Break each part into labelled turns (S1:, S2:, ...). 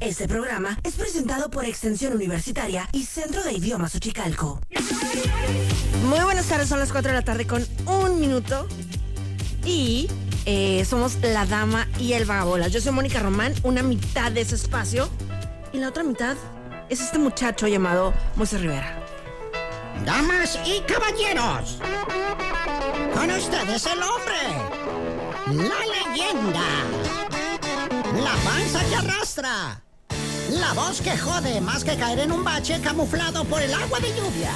S1: Este programa es presentado por Extensión Universitaria y Centro de Idiomas Uchicalco. Muy buenas tardes, son las 4 de la tarde con un minuto. Y eh, somos la dama y el vagabolas. Yo soy Mónica Román, una mitad de ese espacio. Y la otra mitad es este muchacho llamado Moisés Rivera.
S2: Damas y caballeros, con ustedes el hombre, la leyenda, la panza que arrastra, la voz que jode más que caer en un bache camuflado por el agua de lluvia.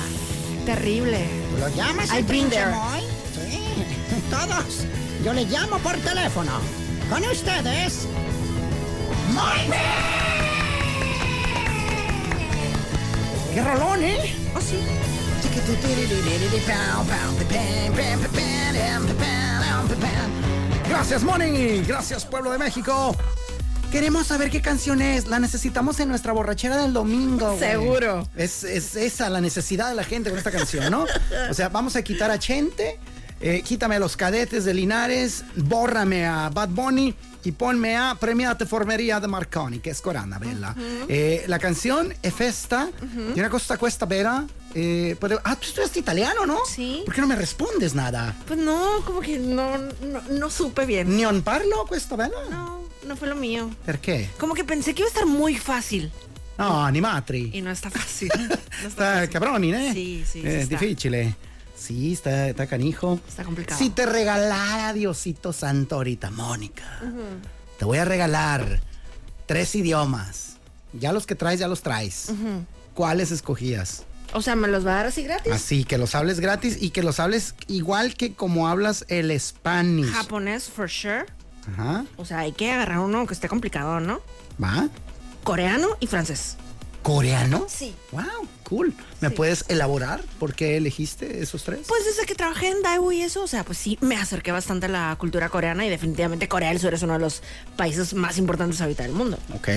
S1: Terrible.
S2: ¿Tú lo llamas
S1: I've
S2: el
S1: been
S2: pinche
S1: there.
S2: Moy? Sí, todos. Yo le llamo por teléfono. Con ustedes, Moy. ¡Qué rolón, eh!
S1: Oh, sí.
S2: Gracias, Moni. Gracias, pueblo de México. Queremos saber qué canción es. La necesitamos en nuestra borrachera del domingo. Oh, güey.
S1: Seguro.
S2: Es, es esa la necesidad de la gente con esta canción, ¿no? O sea, vamos a quitar a Chente, eh, quítame a los cadetes de Linares, bórrame a Bad Bunny y ponme a Premiate Formería de Marconi, que es Corana Bella. Eh, la canción es festa, y una cosa cuesta vera. eh, pero- ah, tú estudiaste italiano, ¿no?
S1: Sí.
S2: ¿Por qué no me respondes nada?
S1: Pues no, como que no, no, no supe bien.
S2: ¿Nion parlo questa bella?
S1: No, no fue lo mío.
S2: Perché?
S1: Como que pensé que iba a estar muy fácil.
S2: No, animatri.
S1: Y no está fácil. No está
S2: Está
S1: fácil.
S2: cabrón, ¿eh?
S1: Sí, sí, sí
S2: Es
S1: está.
S2: difícil. eh. Sí, está, está canijo.
S1: Está complicado.
S2: Si te regalara Diosito Santo ahorita, Mónica, te voy a regalar tres idiomas. Ya los que traes, ya los traes. ¿Cuáles escogías?
S1: O sea, ¿me los va a dar así gratis?
S2: Así, que los hables gratis y que los hables igual que como hablas el Spanish.
S1: Japonés, for sure.
S2: Ajá.
S1: O sea, hay que agarrar uno que esté complicado, ¿no?
S2: ¿Va?
S1: Coreano y francés.
S2: ¿Coreano?
S1: Sí.
S2: Wow, cool. ¿Me puedes elaborar por qué elegiste esos tres?
S1: Pues desde que trabajé en Daewoo y eso, o sea, pues sí, me acerqué bastante a la cultura coreana y definitivamente Corea del Sur es uno de los países más importantes a habitar el mundo.
S2: Ok,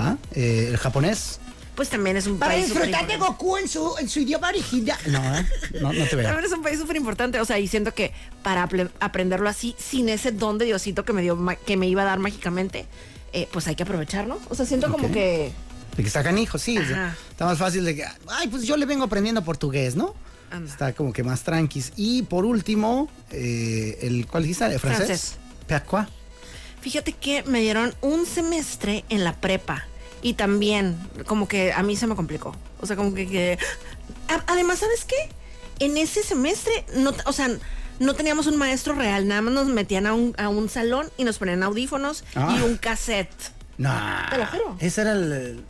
S2: va. Eh, el japonés.
S1: Pues también es un país superimportante.
S2: Goku en su, en su idioma original. No, ¿eh? no, no te veo.
S1: También es un país súper importante, o sea, y siento que para aple- aprenderlo así, sin ese don de Diosito que me dio, ma- que me iba a dar mágicamente, eh, pues hay que aprovecharlo. O sea, siento como
S2: Ok.
S1: que
S2: De que está canijo, sí. o sea,
S1: Ajá.
S2: Está más fácil de que. Ay, pues yo le vengo aprendiendo portugués, ¿no?
S1: Anda.
S2: Está como que más tranquis. Y por último, eh, el, ¿cuál dijiste? ¿El francés?
S1: Francés.
S2: Peacua.
S1: Fíjate que me dieron un semestre en la prepa y también como que a mí se me complicó. O sea, como que... que- A- Además, ¿sabes qué? En ese semestre, no, t- o sea, no teníamos un maestro real, nada más nos metían a un, a un salón y nos ponían audífonos
S2: Ah.
S1: y un cassette.
S2: No.
S1: Te lo juro.
S2: ¿Esa era el-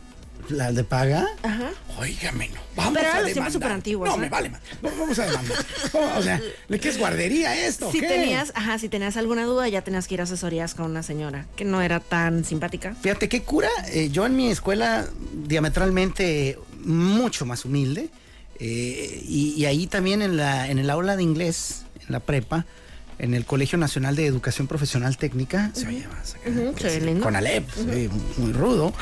S2: la de paga?
S1: Ajá.
S2: Óigame, no.
S1: Ah. Pero eran los
S2: Vamos a demandar.
S1: tiempos superantiguos,
S2: No,
S1: ¿eh?
S2: me vale, man. No, vamos a demandar. Vamos, o sea, ¿de qué es guardería esto?
S1: Si
S2: ¿Qué?
S1: tenías, ajá, si tenías alguna duda, ya tenías que ir a asesorías con una señora que no era tan simpática.
S2: Fíjate qué cura. eh, yo en mi escuela diametralmente mucho más humilde. eh, y, y ahí también en, la, en el aula de inglés, en la prepa, en el Colegio Nacional de Educación Profesional Técnica, se oye más acá,
S1: Ujú, se
S2: sí,
S1: ve lindo.
S2: pues, con Alep, sí, muy rudo.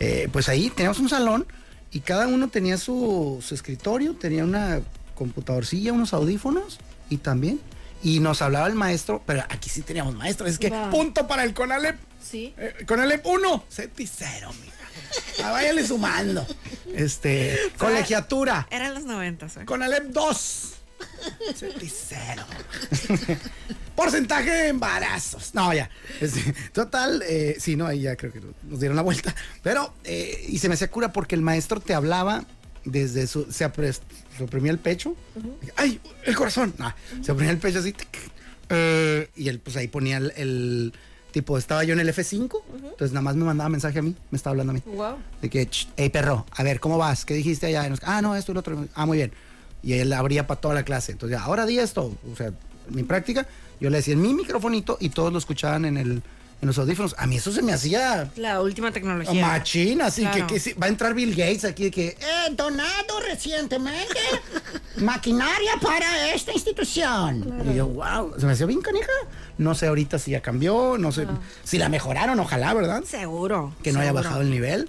S2: eh, pues ahí teníamos un salón y cada uno tenía su, su escritorio, tenía una computadorcilla, unos audífonos y también. Y nos hablaba el maestro, pero aquí sí teníamos maestro, es que
S1: Va.
S2: punto para el Conalep.
S1: Sí.
S2: Eh, con el 1, ceticero, mija. Ah, Váyale sumando. Este, colegiatura.
S1: Eran los noventas, ¿eh?
S2: Con el 2, ceticero. Porcentaje de embarazos. No, ya. Este, total, eh, sí, no, ahí ya creo que no- nos dieron la vuelta. Pero, eh, y se me hacía cura porque el maestro te hablaba desde su. Se, apres- se oprimía el pecho. ¡Ay! El corazón. No, Se oprimía el pecho así. tic, eh, y él, pues ahí ponía el. el- tipo, estaba yo en el F5. Entonces nada más me mandaba mensaje a mí. Me estaba hablando a mí.
S1: Wow.
S2: De que, "Ch, hey perro, a ver, ¿cómo vas? ¿Qué dijiste allá? Y nos- ah, no, esto y lo otro. Ah, muy bien. Y él abría para toda la clase. Entonces, ahora di esto. O sea, mi práctica, yo le decía en mi microfonito y todos lo escuchaban en el, en los audífonos. A mí eso se me hacía.
S1: La última tecnología.
S2: Oh, Machín, así
S1: Claro.
S2: que, que sí, va a entrar Bill Gates aquí de que. "Eh, donado recientemente maquinaria para esta institución. Y yo, wow, se me hacía bien canija. No sé ahorita si ya cambió, no sé si la mejoraron, ojalá, ¿verdad?
S1: Seguro.
S2: que no haya
S1: seguro.
S2: bajado el nivel.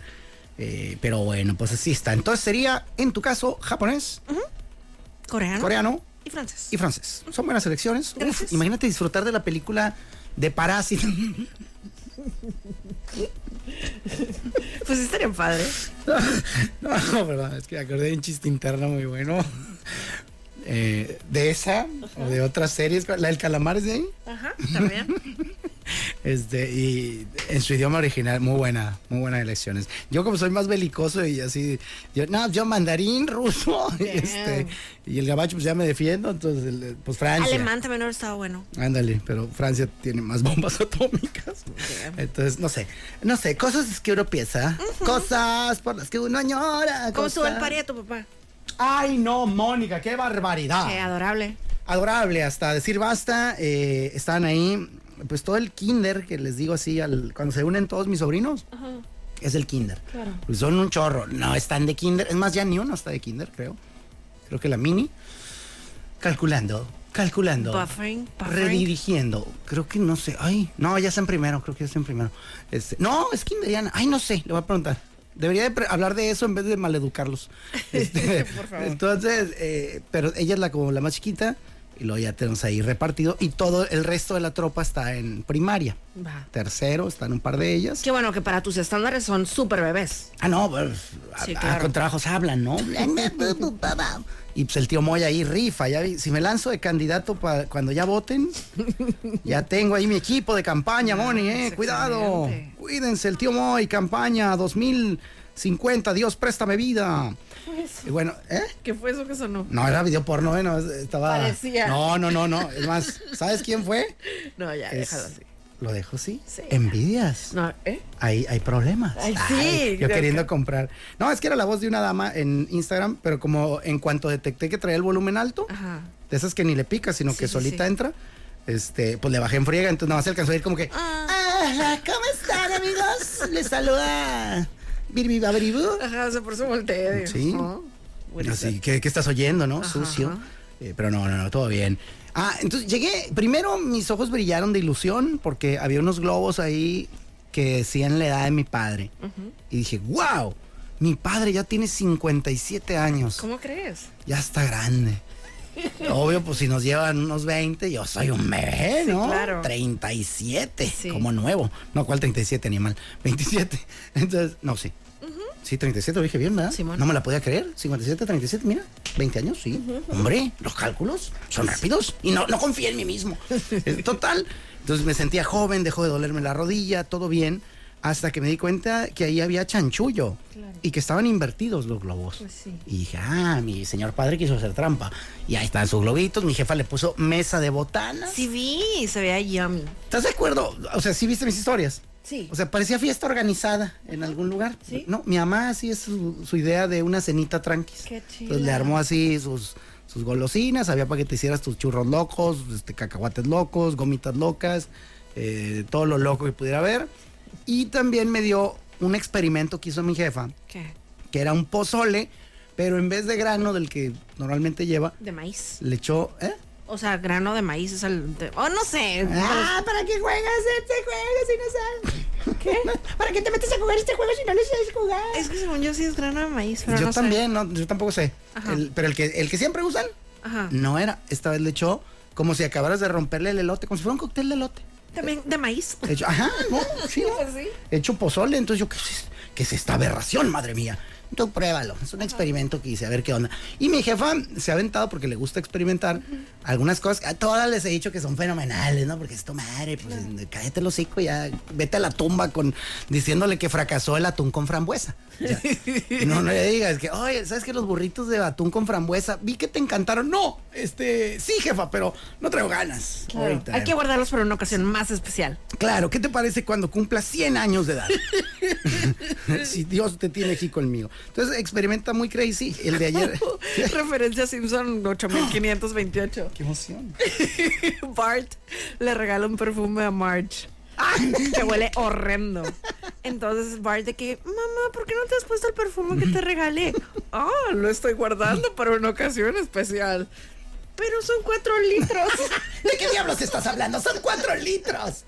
S2: Eh, pero bueno, pues así está. Entonces sería, en tu caso, japonés,
S1: Coreano.
S2: coreano
S1: Y francés.
S2: y francés. Son buenas elecciones. Uf,
S1: Gracias.
S2: imagínate disfrutar de la película de Parásito.
S1: Pues estaría padre.
S2: no, verdad, es que me acordé de un chiste interno muy bueno. Eh, de esa o de otras series, la del calamar es de ahí.
S1: Ajá, también.
S2: Este, y en su idioma original, muy buena, muy buenas elecciones. Yo como soy más belicoso y así, yo, no, yo mandarín, ruso, y, este, y el gabacho pues ya me defiendo, entonces, el- pues Francia.
S1: Alemán también hubiera estado bueno.
S2: Ándale, pero Francia tiene más bombas atómicas. Entonces, no sé, no sé, cosas que uno piensa, cosas por las que uno añora.
S1: ¿Cómo estuvo el
S2: cosas-
S1: pari de tu papá?
S2: Ay, no, Mónica, qué barbaridad
S1: Qué adorable.
S2: adorable hasta decir basta. eh, estaban ahí, pues todo el kinder que les digo así, al, cuando se unen todos mis sobrinos, es el kinder. Pues son un chorro. No están de kinder. Es más, ya ni uno está de kinder, creo. Creo que la mini. Calculando, calculando.
S1: Buffering, buffering.
S2: Redirigiendo. Creo que no sé. Ay, no, ya está en primero. Creo que ya está en primero. Este, no, es kinderiana. Ay, no sé. Le voy a preguntar. Debería de pre- hablar de eso en vez de maleducarlos. Este, Entonces, eh, pero ella es la como la más chiquita. Y luego ya tenemos ahí repartido. Y todo el resto de la tropa está en primaria.
S1: Va.
S2: Tercero, están un par de ellas.
S1: Qué bueno que para tus estándares son súper bebés.
S2: Ah, no, pues, a-
S1: Sí,
S2: a-
S1: claro.
S2: con trabajos hablan, ¿no? Y pues el tío Moya ahí rifa, ya vi, si me lanzo de candidato para cuando ya voten, ya tengo ahí mi equipo de campaña,
S1: Ah,
S2: Moni, eh,
S1: es
S2: cuidado.
S1: excelente.
S2: Cuídense, el tío Moy, campaña 2050, Dios préstame vida. Y bueno, ¿eh?
S1: ¿Qué fue eso que sonó?
S2: No, era video porno, eh, no, es- estaba
S1: Parecía.
S2: No, no, no, no, es más, ¿sabes quién fue?
S1: No, ya,
S2: Es-
S1: déjalo así.
S2: Lo dejo sí.
S1: Sí.
S2: Envidias
S1: No, ¿eh?
S2: hay, hay problemas.
S1: Ay, sí. Yo
S2: yo queriendo comprar. No, es que era la voz de una dama en Instagram, pero como en cuanto detecté que traía el volumen alto,
S1: Ajá.
S2: de esas que ni le pica, sino
S1: Sí,
S2: que
S1: sí,
S2: solita
S1: sí.
S2: entra, este, pues le bajé en friega, entonces nada más se alcanzó a ir como que.
S1: Ah.
S2: "Hola, ¿Cómo están, amigos? Les saluda Birbi Baberibu".
S1: Ajá, o sea, por eso volteé. digo,
S2: Sí.
S1: ¿no? Bueno,
S2: Así, ¿qué, qué estás oyendo, no?
S1: Ajá,
S2: Sucio.
S1: ajá.
S2: Eh, pero no, no, no, todo bien. Ah, entonces llegué. Primero mis ojos brillaron de ilusión porque había unos globos ahí que decían la edad de mi padre. Y dije, wow, mi padre ya tiene 57 años.
S1: ¿Cómo crees?
S2: Ya está grande. Obvio, pues si nos llevan unos 20, yo soy un bebé,
S1: Sí,
S2: ¿no?
S1: claro.
S2: 37,
S1: Sí.
S2: como nuevo. No, ¿cuál 37, animal? 27. Entonces, no, sí. Sí, 37, lo dije bien, ¿verdad?
S1: Simón.
S2: No me la podía creer. 57, 37, mira, 20 años, sí. Hombre, los cálculos son rápidos y no, no confía en mí mismo. En Total. Entonces me sentía joven, dejó de dolerme la rodilla, todo bien, hasta que me di cuenta que ahí había chanchullo y que estaban invertidos los globos.
S1: Pues sí.
S2: Y dije, ah, mi señor padre quiso hacer trampa. Y ahí están sus globitos, mi jefa le puso mesa de botanas.
S1: Sí vi, se veía yummy.
S2: ¿Estás de acuerdo? O sea, sí viste mis historias.
S1: Sí.
S2: O sea, parecía fiesta organizada en algún lugar.
S1: Sí.
S2: No, mi mamá así es su, su idea de una cenita tranquis.
S1: Qué
S2: Entonces le
S1: chila.
S2: armó así sus, sus golosinas, había para que te hicieras tus churros locos, este, cacahuates locos, gomitas locas, eh, todo lo loco que pudiera haber. Y también me dio un experimento que hizo mi jefa,
S1: ¿Qué?
S2: que era un pozole, pero en vez de grano del que normalmente lleva,
S1: De maíz.
S2: le echó... ¿eh?
S1: O sea, grano de maíz es el. de- oh, no sé.
S2: Ah, ¿para qué juegas este juego si no sabes? ¿Qué? ¿Para qué te metes a jugar este juego si no lo sabes jugar?
S1: Es que según yo sí es grano de maíz, pero
S2: yo
S1: no sé.
S2: también, no, yo tampoco sé.
S1: Ajá.
S2: El- pero el que, el que siempre usan,
S1: Ajá.
S2: no era. Esta vez le echó como si acabaras de romperle el elote, como si fuera un cóctel de elote.
S1: También de maíz.
S2: Hecho, ajá, no, sí,
S1: Pues sí.
S2: Hecho pozole, entonces yo, ¿qué es, esto? ¿qué es esta aberración, madre mía? Tú pruébalo, es un experimento que hice, a ver qué onda. Y mi jefa se ha aventado porque le gusta experimentar algunas cosas, a todas les he dicho que son fenomenales, ¿no? Porque esto, madre, pues cállate el hocico, ya vete a la tumba con diciéndole que fracasó el atún con frambuesa. Ya. No, no le digas que, oye, ¿sabes que los burritos de atún con frambuesa? Vi que te encantaron. No, este, sí, jefa, pero no traigo ganas. ahorita. eh.
S1: Hay que guardarlos para una ocasión más especial.
S2: Claro, ¿qué te parece cuando cumpla 100 años de edad? si Dios te tiene aquí conmigo. Entonces experimenta muy crazy el de ayer.
S1: Referencia a Simpson 8528.
S2: Qué emoción.
S1: Bart le regala un perfume a Marge.
S2: ¡Ah,
S1: que huele horrendo. Entonces Bart de que, mamá, ¿por qué no te has puesto el perfume que te regalé? Ah, lo estoy guardando para una ocasión especial. Pero son cuatro litros.
S2: ¿De qué diablos estás hablando? Son cuatro litros.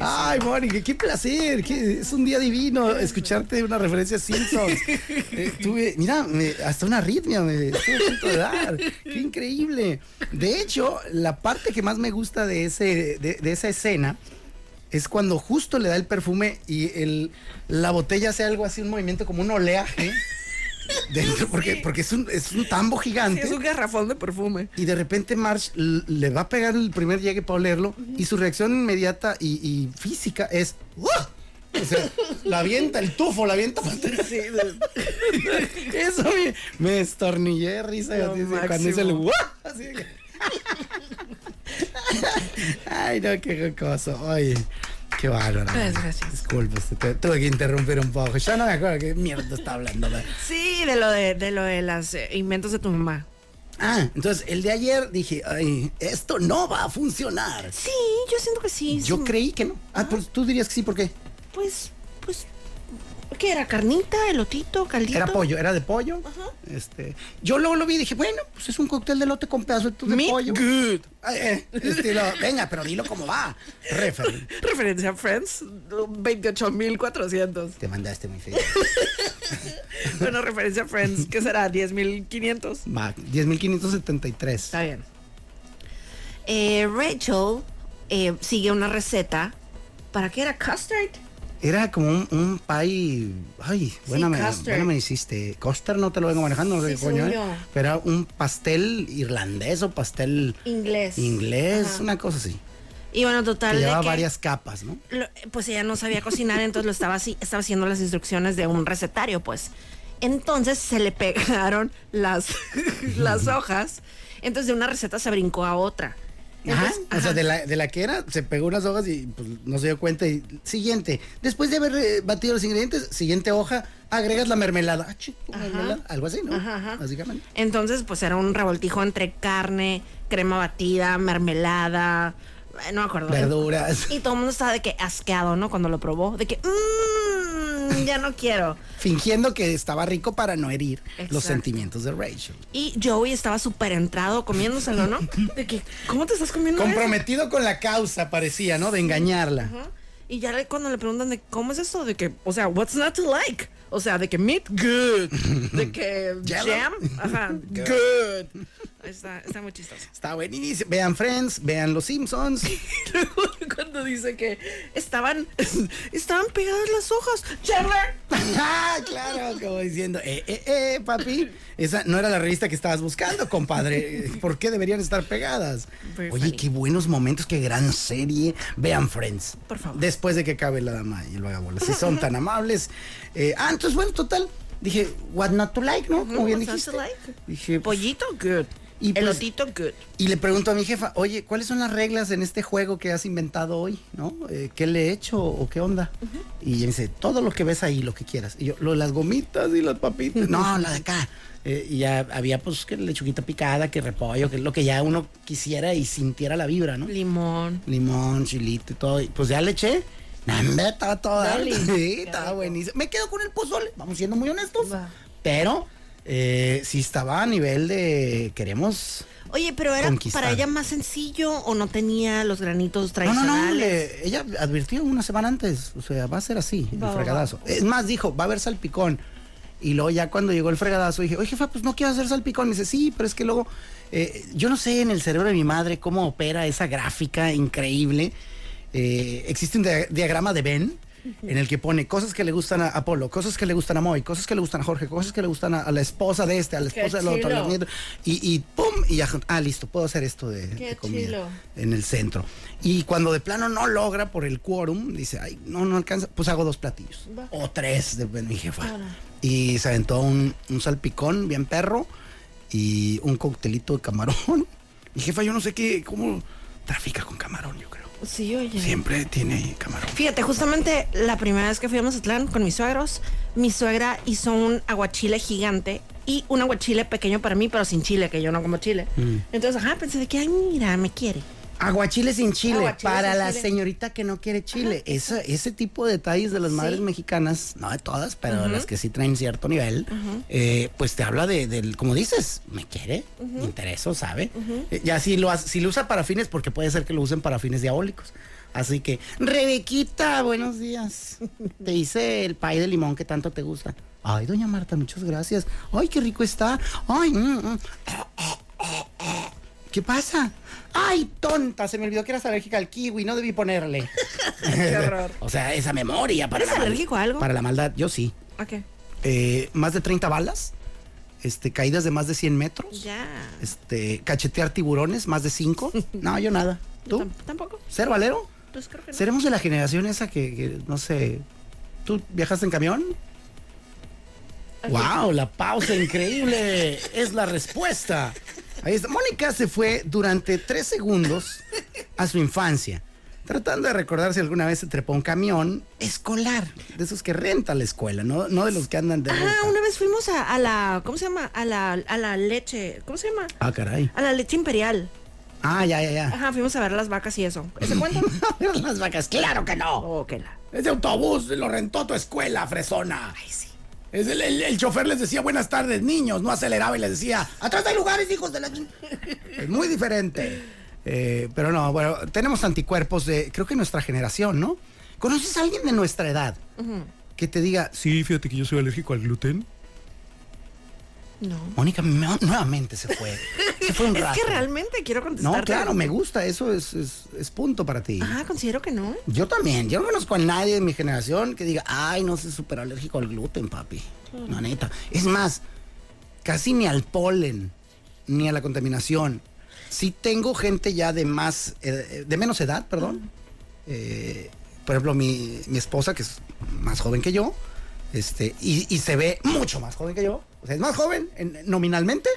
S2: Ay, Mónica, qué placer. qué- es un día divino escucharte una referencia a Simpsons. Eh, tuve- mira, me- hasta una arritmia me estuve a punto de dar. Qué increíble. De hecho, la parte que más me gusta de, ese, de, de esa escena es cuando justo le da el perfume y el, la botella hace algo así, un movimiento como un oleaje. Dentro, porque, porque es, un, es un tambo
S1: Sí,
S2: gigante.
S1: es un garrafón de perfume.
S2: Y de repente Marsh l- le va a pegar el primer llegue para olerlo y su reacción inmediata y, y física es... "¡Uah!". O sea, la avienta el tufo, la avienta para atrás. Eso me, me estornillé de risa
S1: Lo
S2: dice, cuando hice el
S1: máximo.
S2: "¡Uah!". Así de que- Ay, no, qué cosa. Oye, qué bárbaro.
S1: Pues, gracias.
S2: Disculpas, te- tuve que interrumpir un poco. Ya no me acuerdo qué mierda está hablando. ¿verdad?
S1: Sí, de lo de, de lo de las eh, inventos de tu mamá.
S2: Ah, entonces el de ayer dije, ay, esto no va a funcionar.
S1: Sí, yo siento que sí.
S2: Yo
S1: sí.
S2: creí que no. Ah, pues tú dirías que sí, ¿por qué?
S1: Pues, pues, ¿qué era? ¿Carnita, elotito, caldito?
S2: Era pollo, era de pollo. Este, yo luego lo vi y dije, bueno, pues es un cóctel de lote con pedazos de
S1: Meat
S2: pollo.
S1: good.
S2: Ah, eh, estilo, venga, pero dilo cómo va. Referee.
S1: Referencia a Friends, 28.400.
S2: Te este, mandaste muy feo.
S1: Bueno, referencia a Friends, ¿qué será? 10.500.
S2: Va, 10.573.
S1: Está bien. Eh, Rachel eh, sigue una receta. ¿Para qué era custard?
S2: Era como un, un pie. Ay, buena, me,
S1: custard.
S2: buena me hiciste. Coster no te lo vengo manejando, no
S1: Sí,
S2: sé qué coño.
S1: según
S2: eh.
S1: yo.
S2: Pero era un pastel irlandés o pastel
S1: Inglés.
S2: inglés,
S1: Ajá.
S2: una cosa así.
S1: Y bueno, total.
S2: Que
S1: de
S2: llevaba
S1: que-
S2: varias capas, ¿no?
S1: lo- pues ella no sabía cocinar, entonces lo estaba así, estaba haciendo las instrucciones de un recetario, pues. Entonces se le pegaron las, las hojas. Entonces de una receta se brincó a otra.
S2: Ajá,
S1: Entonces,
S2: o sea,
S1: ajá.
S2: de la, de la que era, se pegó unas hojas y pues, no se dio cuenta. Y, siguiente, después de haber eh, batido los ingredientes, siguiente hoja, agregas la mermelada. Ah, chico, mermelada, algo así, ¿no?
S1: Ajá, ajá.
S2: Básicamente.
S1: Entonces, pues era un revoltijo entre carne, crema batida, mermelada, eh, no me acuerdo.
S2: Verduras.
S1: Y todo el mundo estaba de que asqueado, ¿no? Cuando lo probó, de que, "Mm, ya no quiero.
S2: Fingiendo que estaba rico para no herir
S1: Exacto.
S2: los sentimientos de Rachel.
S1: Y Joey estaba súper entrado comiéndoselo, ¿no? De que, ¿cómo te estás comiendo eso?
S2: Comprometido con la causa, parecía, ¿no? De engañarla.
S1: Ajá. Y ya le- cuando le preguntan de cómo es esto, de que, o sea, what's not to like? O sea, de que meat good, de que
S2: Jam.
S1: jam, ajá, good. Está, está muy chistoso.
S2: Está buenísimo. Vean Friends, vean Los Simpsons.
S1: Luego, cuando dice que estaban, estaban pegadas las hojas, Chandler.
S2: ah, claro, como diciendo, eh, eh, eh, papi. Esa no era la revista que estabas buscando, compadre. ¿Por qué deberían estar pegadas?
S1: Very
S2: Oye,
S1: funny.
S2: qué buenos momentos, qué gran serie. Vean Friends.
S1: Por favor.
S2: Después de que acabe la dama y el vagabundo. Si son tan amables. Eh, ah, entonces, bueno, total. Dije, what not to like, ¿no? Como bien
S1: What's not
S2: dijiste.
S1: to like?
S2: Dije, pues,
S1: Pollito good,
S2: Y pues-
S1: elotito good.
S2: y le pregunto a mi jefa, oye, ¿cuáles son las reglas en este juego que has inventado hoy? ¿No? Eh, ¿Qué le he hecho o qué onda? Y ella me dice, todo lo que ves ahí, lo que quieras. Y yo, lo de las gomitas y las papitas. No, la de acá. Eh, y ya había pues que lechuguita picada, que repollo, que es lo que ya uno quisiera y sintiera la vibra, ¿no?
S1: Limón.
S2: Limón, chilito y todo. Y, pues ya le eché. Nada, estaba todo.
S1: Dale.
S2: Sí,
S1: Qué
S2: estaba
S1: rico.
S2: buenísimo. Me quedo con el pozole, vamos siendo muy honestos.
S1: Va.
S2: Pero eh, sí estaba a nivel de queremos
S1: Oye, pero era
S2: Conquistar.
S1: para ella más sencillo o no tenía los granitos
S2: No, no,
S1: tradicionales.
S2: no, le- ella advirtió una semana antes, o sea, va a ser así,
S1: Va, va,
S2: el fregadazo. Es más, dijo, va a haber salpicón. Y luego ya cuando llegó el fregadazo dije, oye jefa, pues no quiero hacer salpicón. Y dice, sí, pero es que luego, eh, yo no sé en el cerebro de mi madre cómo opera esa gráfica increíble. Eh, existe un dia- diagrama de Ben en el que pone cosas que le gustan a Apolo, cosas que le gustan a Moy, cosas que le gustan a Jorge, cosas que le gustan a, a la esposa de este, a la
S1: Qué
S2: esposa del otro, a los
S1: chilo.
S2: nietos. Y, y pum, y ya, ah, listo, puedo hacer esto de,
S1: Qué
S2: de comida
S1: chilo.
S2: en el centro. Y cuando de plano no logra por el quórum, dice, ay, no, no alcanza, pues hago dos platillos.
S1: Va.
S2: O tres, depende de mi jefa.
S1: Claro.
S2: Y se aventó un, un salpicón bien perro y un coctelito de camarón. Mi jefa, yo no sé qué, cómo trafica con camarón, yo creo.
S1: Sí, oye.
S2: Siempre tiene ahí camarón.
S1: Fíjate, justamente la primera vez que fui a Mazatlán con mis suegros, mi suegra hizo un aguachile gigante y un
S2: Mm.
S1: aguachile pequeño para mí, pero sin chile, que yo no como chile. Entonces, ajá, pensé de que, ay, mira, me quiere.
S2: Aguachile sin chile
S1: Aguachile
S2: para
S1: sin
S2: la
S1: chile.
S2: señorita que no quiere chile. Esa- ese tipo de detalles de las madres mexicanas, no de todas, pero de las que sí traen cierto nivel, eh, pues te habla de, del, como dices, me quiere, me intereso, sabe. Eh, ya si lo, hace- si lo usa para fines, porque puede ser que lo usen para fines diabólicos. Así que, Rebequita, buenos días. Te hice el pay de limón que tanto te gusta. Ay, doña Marta, muchas gracias. Ay, qué rico está. Ay, mm, mm. ¿Qué pasa? Ay, tonta, se me olvidó que eras alérgica al kiwi, no debí ponerle.
S1: Qué horror.
S2: O sea, esa memoria para
S1: ¿Eres
S2: la mal-
S1: alérgico a algo?
S2: Para la maldad, yo sí.
S1: ¿A qué?
S2: Eh, más de 30 balas, este, caídas de más de 100 metros,
S1: Ya.
S2: este, cachetear tiburones, más de 5. No, yo nada.
S1: Yo
S2: ¿Tú?
S1: tam- ¿Tampoco?
S2: ¿Ser valero?
S1: Pues creo que no.
S2: ¿Seremos de la generación esa que, que, no sé, tú viajaste en camión? ¡Wow! La pausa increíble es la respuesta. Ahí está. Mónica se fue durante tres segundos a su infancia, tratando de recordar si alguna vez se trepó a un camión escolar, de esos que renta la escuela, no, no de los que andan de
S1: Ajá,
S2: ruta.
S1: una vez fuimos a, a la. ¿Cómo se llama? A la, a la leche. ¿Cómo se llama?
S2: Ah, caray.
S1: A la leche imperial.
S2: Ah, ya, ya, ya.
S1: Ajá, fuimos a ver las vacas y eso. ¿Se cuenta?
S2: Las vacas, claro que no.
S1: oh, que la.
S2: Ese autobús lo rentó tu escuela, Fresona. Ay, sí. Es el, el- el chofer les decía buenas tardes, niños, no aceleraba y les decía, atrás hay lugares, hijos de la... chin-". es muy diferente. Eh, pero no, bueno, tenemos anticuerpos de, creo que nuestra generación, ¿no? ¿Conoces a alguien de nuestra edad que te diga, sí, fíjate que yo soy alérgico al gluten?
S1: No.
S2: Mónica no- nuevamente se fue. Se fue un
S1: Es
S2: rato.
S1: que realmente quiero
S2: No,
S1: contestarte.
S2: claro, me gusta, eso es, es- es punto para ti.
S1: Ajá, considero que no.
S2: Yo también. Yo no conozco a nadie de mi generación que diga, ay, no soy súper alérgico al gluten, papi. La neta. Es más, casi ni al polen, ni a la contaminación. Sí tengo gente ya de más, eh, de menos edad, perdón. Eh, por ejemplo, mi, mi esposa, que es más joven que yo, este, y, y se ve mucho más joven que yo. O sea, es más joven en- nominalmente.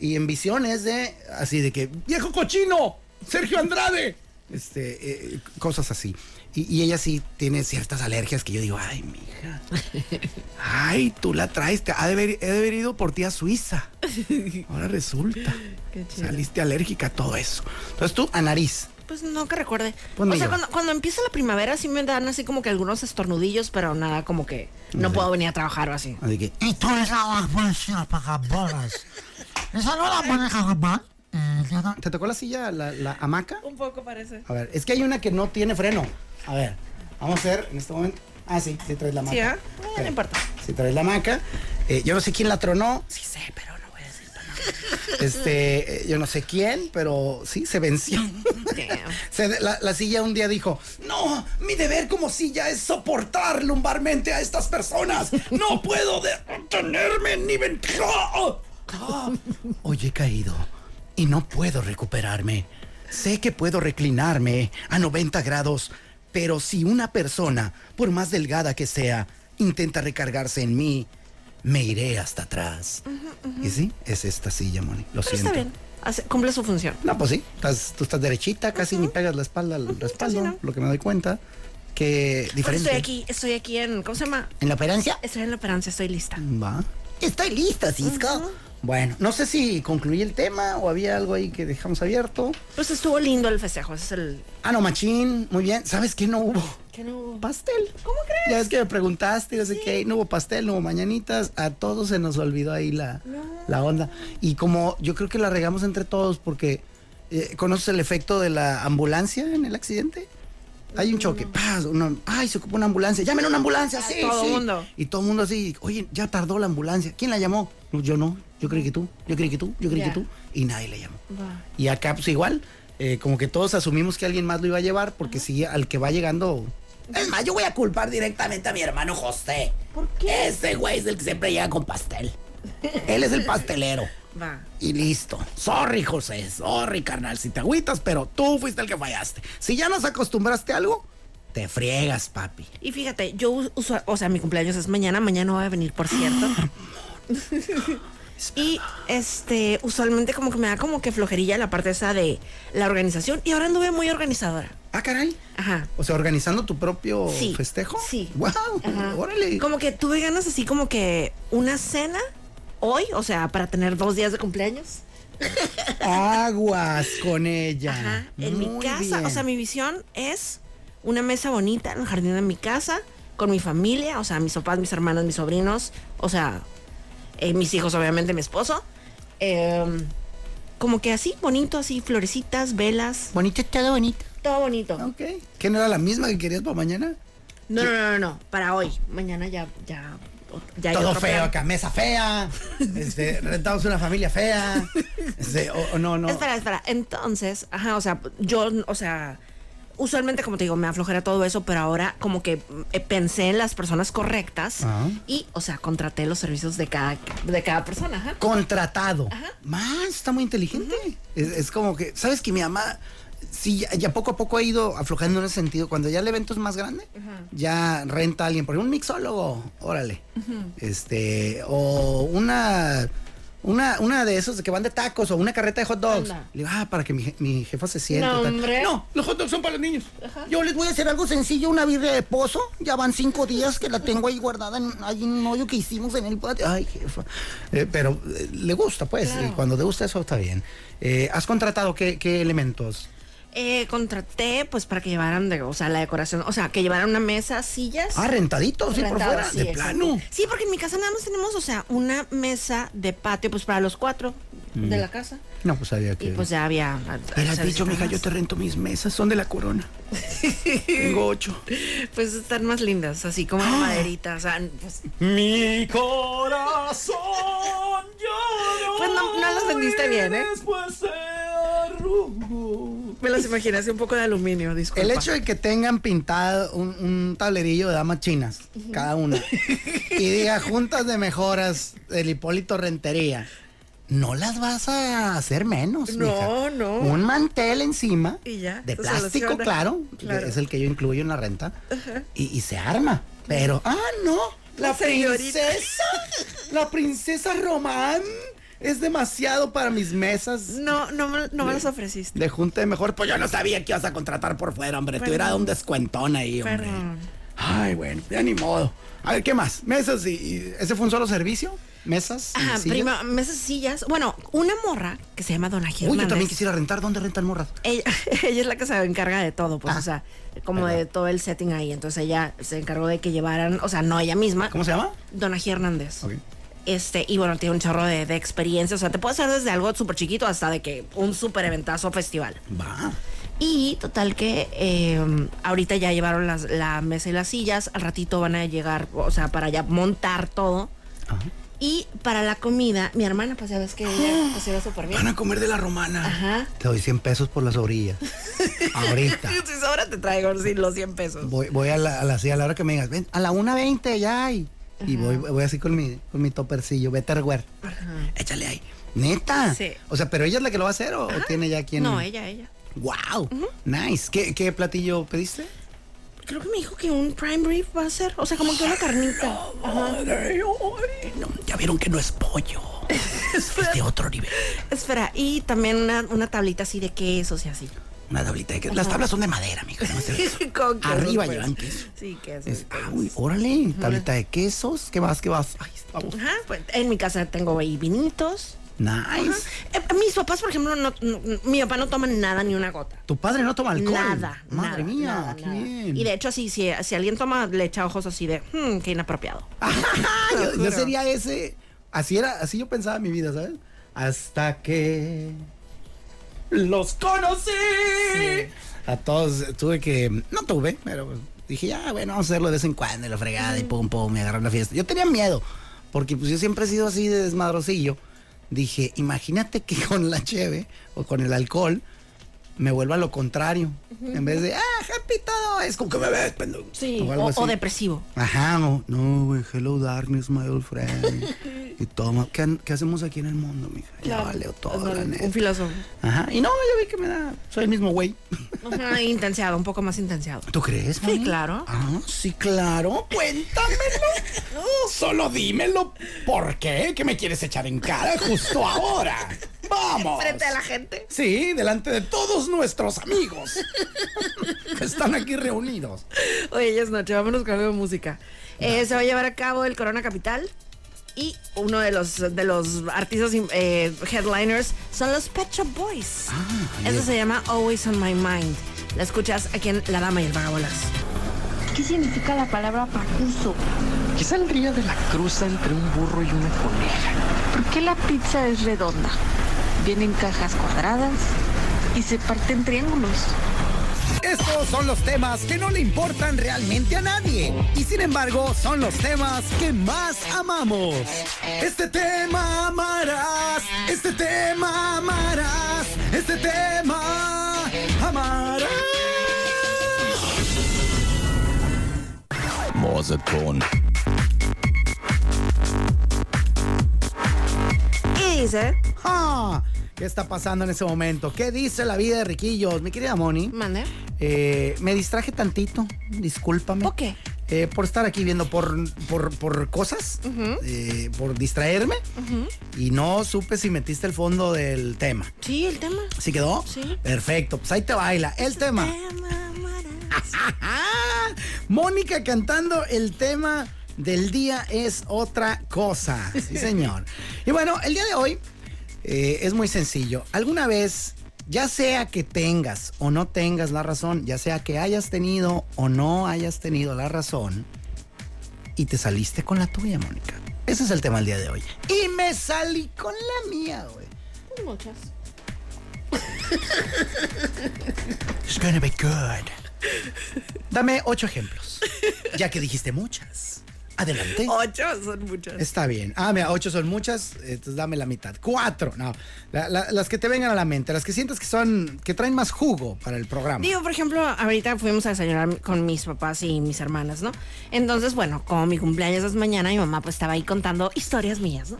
S2: Y en visión es de, así de que, viejo cochino, Sergio Andrade. Este, eh, cosas así. Y, y ella sí tiene ciertas alergias que yo digo, ay, mija. Ay, tú la traes, te ha de haber- he de haber ido por ti a Suiza. Ahora resulta.
S1: Qué chido.
S2: Saliste alérgica a todo eso. Entonces tú, a nariz.
S1: Pues no que recuerde.
S2: Pues
S1: o
S2: ni
S1: sea,
S2: yo.
S1: cuando, cuando empieza la primavera sí me dan así como que algunos estornudillos, pero nada, como que no puedo venir a trabajar o así.
S2: Así que,
S3: Y tú eres la policía pagabolas. Les saluda Mónica Guzmán. Eh, yo no-
S2: ¿te tocó la silla, la, la hamaca?
S1: Un poco parece.
S2: A ver, es que hay una que no tiene freno. A ver, vamos a hacer en este momento. Ah, sí, sí traes la hamaca.
S1: Sí, ¿ah? Eh,
S2: Ok.
S1: no importa.
S2: Sí traes la hamaca. Eh, yo no sé quién la tronó. Sí sé, pero no voy a decir tu nombre. Este, eh, yo no sé quién, pero sí, se venció.
S1: Damn.
S2: Se- la, la silla un día dijo, no, mi deber como silla es soportar lumbarmente a estas personas. No puedo detenerme ni vencer. Hoy he caído y no puedo recuperarme. Sé que puedo reclinarme a 90 grados, pero si una persona, por más delgada que sea, intenta recargarse en mí, me iré hasta atrás. Y sí, es esta silla, Moni.
S1: Pero
S2: Lo siento.
S1: está bien. Hace- cumple su función.
S2: No, pues sí, estás- tú estás derechita, casi ni pegas la espalda al respaldo,
S1: casi no.
S2: lo que me doy cuenta. Que
S1: Porque
S2: diferente.
S1: Estoy aquí, estoy aquí en. ¿Cómo se llama?
S2: ¿En la operancia?
S1: Estoy en la esperanza, estoy lista.
S2: Va. Estoy lista, Cisco. Bueno, no sé si concluí el tema o había algo ahí que dejamos abierto.
S1: Pues estuvo lindo el festejo, ese es el.
S2: Ah, no, machín, muy bien. ¿Sabes qué no hubo?
S1: ¿Qué no?
S2: Pastel.
S1: ¿Cómo crees?
S2: Ya es que me preguntaste, yo sé que no hubo pastel, no hubo mañanitas, a todos se nos olvidó ahí la, la onda. Y como yo creo que la regamos entre todos porque eh, conoces el efecto de la ambulancia en el accidente. Hay un choque, ¡paz! Uno, ay, se ocupa una ambulancia, llamen a una ambulancia,
S1: A
S2: sí,
S1: todo
S2: sí.
S1: mundo.
S2: Y todo el mundo así, oye, ya tardó la ambulancia. ¿Quién la llamó? "No, Yo no, yo creí que tú, yo creí que tú, yo creí
S1: Ya.
S2: que tú. Y nadie le llamó.
S1: Va.
S2: Y acá, pues igual, eh, como que todos asumimos que alguien más lo iba a llevar, porque si al que va llegando. Es más, yo voy a culpar directamente a mi hermano José.
S1: ¿Por qué?
S2: Ese güey es el que siempre llega con pastel. Él es el pastelero.
S1: Va.
S2: Y listo. Sorry, José. Sorry, carnal. Si te agüitas, pero tú fuiste el que fallaste. Si ya nos acostumbraste a algo, te friegas, papi.
S1: Y fíjate, yo us- uso, o sea, mi cumpleaños es mañana, mañana voy a venir, por cierto. y este, usualmente como que me da como que flojerilla la parte esa de la organización y ahora anduve muy organizadora.
S2: Ah, caray.
S1: Ajá.
S2: O sea, organizando tu propio
S1: Sí.
S2: festejo.
S1: Sí.
S2: Wow.
S1: Ajá.
S2: Órale.
S1: Como que tuve ganas así como que una cena hoy, o sea, para tener dos días de cumpleaños.
S2: Aguas con ella.
S1: Ajá, en mi
S2: Ah, Muy
S1: casa,
S2: bien.
S1: o sea, mi visión es una mesa bonita en el jardín de mi casa, con mi familia, o sea, mis papás, mis hermanas, mis sobrinos, o sea, eh, mis hijos, obviamente, mi esposo. Em, como que así, bonito, así, florecitas, velas,
S3: Bonito, todo bonito.
S1: todo bonito.
S2: Ah, Ok. ¿Que no era la misma que querías para mañana?
S1: No, no, no, no, no, para hoy. Mañana ya, ya, ya hay
S2: Todo
S1: otro
S2: feo
S1: plan.
S2: acá, mesa fea, este, rentamos una familia fea. este, o, o no, no.
S1: Espera, espera. Entonces, ajá, o sea, yo, o sea, usualmente, como te digo, me aflojera todo eso, pero ahora como que eh, pensé en las personas correctas
S2: Ajá.
S1: y, o sea, contraté los servicios de cada, de cada persona, ajá.
S2: Contratado.
S1: Ajá.
S2: Más, está muy inteligente. es, es como que, ¿sabes que mi mamá, sí, ya, ya poco a poco ha ido aflojando en ese sentido? Cuando ya el evento es más grande, ya renta a alguien, por ejemplo, un mixólogo, órale. Este, o una. Una, una de esos de que van de tacos o una carreta de hot dogs.
S1: Anda.
S2: Le digo, ah, para que mi, je- mi jefa se siente.
S1: No,
S2: tal.
S1: hombre.
S2: no, los hot dogs son para los niños. Yo les voy a hacer algo sencillo, una birria de pozo. Ya van cinco días que la tengo ahí guardada en, ahí en un hoyo que hicimos en el patio. Ay, jefa. Eh, pero eh, le gusta, pues.
S1: Claro.
S2: eh, Cuando te gusta eso, está bien. Eh, ¿Has contratado qué, qué elementos?
S1: Eh, contraté, pues, para que llevaran, de, o sea, la decoración, o sea, que llevaran una mesa, sillas.
S2: Ah, rentaditos, sí, por
S1: rentadas,
S2: fuera,
S1: sí,
S2: de
S1: exacto.
S2: plano.
S1: Sí, porque en mi casa nada más tenemos, o sea, una mesa de patio, pues, para los cuatro
S2: Mm.
S1: de la casa.
S2: No, pues había que.
S1: Y pues ya había...
S2: Hubieras dicho, mija,
S1: mija,
S2: yo te rento mis mesas, son de la corona. Tengo ocho.
S1: Pues están más lindas, así
S2: Ah.
S1: como de maderita, o sea, pues...
S4: Mi corazón lloró.
S1: Pues no- no los vendiste
S4: y
S1: bien, ¿eh?
S4: Después se arrugó.
S1: Me las imaginé así un poco de aluminio, disculpa.
S2: El hecho de que tengan pintado un, un tablerillo de damas chinas, cada una, y diga juntas de mejoras del Hipólito Rentería, no las vas a hacer menos.
S1: No,
S2: mija.
S1: no.
S2: Un mantel encima,
S1: Y ya,
S2: de
S1: se
S2: plástico,
S1: soluciona.
S2: claro, que
S1: Claro.
S2: es el que yo incluyo en la renta, y, y se arma. Pero, ah, no, la,
S1: La señorita.
S2: princesa, la princesa Román es demasiado para mis mesas.
S1: No, no, me- no me las ofreciste.
S2: De junta de mejor, pues yo no sabía que ibas a contratar por fuera, hombre. Te
S1: Perdón.
S2: hubiera dado un descuentón ahí, hombre.
S1: Perdón.
S2: Ay, bueno, ya ni modo. A ver, ¿qué más? ¿Mesas y, y- ese fue un solo servicio? ¿Mesas? y
S1: Ajá,
S2: sillas?
S1: prima, mesas y sillas. Bueno, una morra que se llama Dona
S2: Uy,
S1: Germán. ¿eh?
S2: yo también quisiera rentar. ¿Dónde rentan morras?
S1: Ella, ella es la que se encarga de todo, pues,
S2: Ah,
S1: o sea, como de todo el setting ahí. Entonces ella se encargó de que llevaran, o sea, no ella misma,
S2: ¿Cómo se llama?
S1: Dona G. Hernández.
S2: Ok.
S1: Este, y bueno, tiene un chorro de, de experiencia. O sea, te puede hacer desde algo súper chiquito hasta de que un súper eventazo festival.
S2: Va.
S1: Y total que eh, ahorita ya llevaron las- la mesa y las sillas, al ratito van a llegar, o sea, para ya montar todo.
S2: Ajá.
S1: Y para la comida, mi hermana, pues ya ves que ella pues iba súper
S2: Van
S1: bien.
S2: a comer de la romana.
S1: Ajá.
S2: Te doy 100 pesos por las orillas. Ahorita.
S1: Si sobra te traigo sí, los 100 pesos.
S2: Voy, voy a, la, a la sí, a la hora que me digas, ven, a la 1.20 ya hay. Y voy, voy así con mi, con mi topercillo, Betterware. Échale ahí. Neta.
S1: Sí.
S2: O sea, pero ella es la que lo va a hacer o, o tiene ya quien.
S1: No, ella, ella.
S2: Wow. Nice. ¿Qué, qué platillo pediste?
S1: Creo que me dijo que un prime brief va a ser, o sea, como que una carnita. Ajá.
S2: No, ya vieron que no es pollo. es de otro nivel.
S1: Espera, y también una, una tablita así de quesos y así.
S2: Una tablita de queso. Las tablas son de madera, mija. nada más es eso.
S1: Con quesos,
S2: Arriba
S1: pues.
S2: llevan queso.
S1: Sí, quesos.
S2: Es- ah, uy, órale, tablita de quesos. ¿Qué vas? ¿Qué vas? Ay, está bu-
S1: Ajá, pues en mi casa tengo ahí vinitos.
S2: Nice.
S1: Eh, mis papás, por ejemplo, no, no- mi papá no toma nada ni una gota.
S2: Tu padre no toma alcohol.
S1: Nada.
S2: Madre
S1: nada,
S2: mía,
S1: nada,
S2: qué
S1: nada.
S2: bien.
S1: Y de hecho, así, si, si alguien toma, le echa ojos así de, hmm, qué inapropiado.
S2: Ah,
S1: Te lo
S2: yo, yo
S1: juro.
S2: sería ese. Así era, así yo pensaba mi vida, ¿sabes? Hasta que los conocí. A todos eh, tuve que. No tuve, pero pues, dije, ya, bueno, vamos a hacerlo de vez en cuando, y la fregada, y pum, pum, me agarraron la fiesta. Yo tenía miedo, porque pues yo siempre he sido así de desmadrocillo. Dije, imagínate que con la cheve o con el alcohol me vuelva lo contrario. En vez de, ah, happy todo, es como que me ves, pendejo.
S1: Sí,
S2: algo
S1: o,
S2: así.
S1: o depresivo.
S2: Ajá, o, no, güey, hello darkness, my old friend. y toma, ¿qué, han- qué hacemos aquí en el mundo, mija? Ya
S1: Claro.
S2: valió todo,
S1: No,
S2: la neta.
S1: un filósofo.
S2: Ajá, y no, yo vi que me da, soy el mismo güey.
S1: Ajá, intenseado, un poco más intenseado.
S2: ¿Tú crees,
S1: Sí,
S2: mami?
S1: claro.
S2: Ah, sí, claro, cuéntamelo. No, Solo dímelo, ¿por qué? ¿Qué me quieres echar en cara justo ahora? ¡Vamos!
S1: Frente a la gente.
S2: Sí, delante de todos nuestros amigos que están aquí reunidos.
S1: Oye, ya es noche, vámonos con algo de música. Eh, se va a llevar a cabo el Corona Capital. Y uno de los, de los artistas eh, headliners son los Pet Shop Boys. Eso se llama Always on My Mind. La escuchas aquí en La Dama y el Vagabolas.
S5: ¿Qué significa la palabra pacuso?
S6: ¿Qué saldría de la cruza entre un burro y una coneja?
S5: ¿Por qué la pizza es redonda? Viene en cajas cuadradas y se parte en triángulos.
S2: Estos son los temas que no le importan realmente a nadie y sin embargo son los temas que más amamos. Este tema amarás, este tema amarás, este tema amarás.
S7: Morseton.
S1: Y dice,
S2: Ah, ¿Qué está pasando en ese momento? ¿Qué dice la vida de Riquillos? Mi querida Moni,
S1: mande.
S2: eh, me distraje tantito, discúlpame.
S1: ¿Por qué?
S2: Eh, por estar aquí viendo por, por, por cosas, eh, por distraerme. Y no supe si metiste el fondo del tema.
S1: Sí, el tema.
S2: ¿Sí quedó?
S1: Sí.
S2: Perfecto, pues ahí te baila. El tema.
S1: Tema amarás.
S2: ¡Ah! Mónica cantando el tema del día es otra cosa. Sí, señor. y bueno, el día de hoy eh, es muy sencillo. ¿Alguna vez, ya sea que tengas o no tengas la razón, ya sea que hayas tenido o no hayas tenido la razón, y te saliste con la tuya, Mónica? Ese es el tema del día de hoy. Y me salí con la mía, güey.
S1: Muchas.
S2: It's gonna be good. Dame ocho ejemplos, ya que dijiste muchas. Adelante.
S1: Ocho son muchas.
S2: Está bien. Ah, mira, ocho son muchas, entonces dame la mitad. Cuatro, no. La- la- las que te vengan a la mente, las que sientes que son, que traen más jugo para el programa.
S1: Digo, por ejemplo, ahorita fuimos a desayunar con mis papás y mis hermanas, ¿no? Entonces, bueno, como mi cumpleaños es mañana, mi mamá pues estaba ahí contando historias mías, ¿no?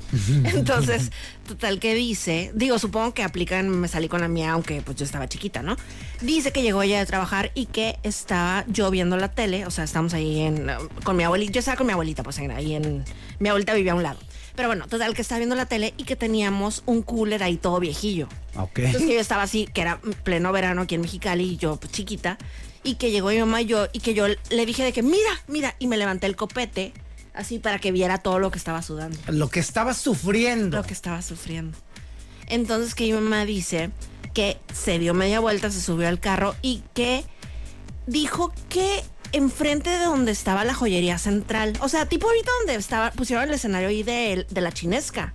S1: Entonces, total que dice, digo, supongo que aplican, me salí con la mía, aunque pues yo estaba chiquita, ¿no? Dice que llegó ella de trabajar y que estaba yo viendo la tele, o sea, estamos ahí en, eh, con mi abuelita, yo estaba con mi abuelita, pues en- ahí en, mi abuelita vivía a un lado. Pero bueno, total que estaba viendo la tele y que teníamos un cooler ahí todo viejillo.
S2: Ok.
S1: Entonces que yo estaba así, que era pleno verano aquí en Mexicali y yo pues, chiquita, y que llegó mi mamá y yo, y que yo le dije de que mira, mira, y me levanté el copete así para que viera todo lo que estaba sudando,
S2: Lo que estabas sufriendo.
S1: lo que estaba sufriendo. Entonces que mi mamá dice que se dio media vuelta, se subió al carro y que dijo que enfrente de donde estaba la joyería central, o sea, tipo ahorita donde estaba, pusieron el escenario ahí de, de la chinesca.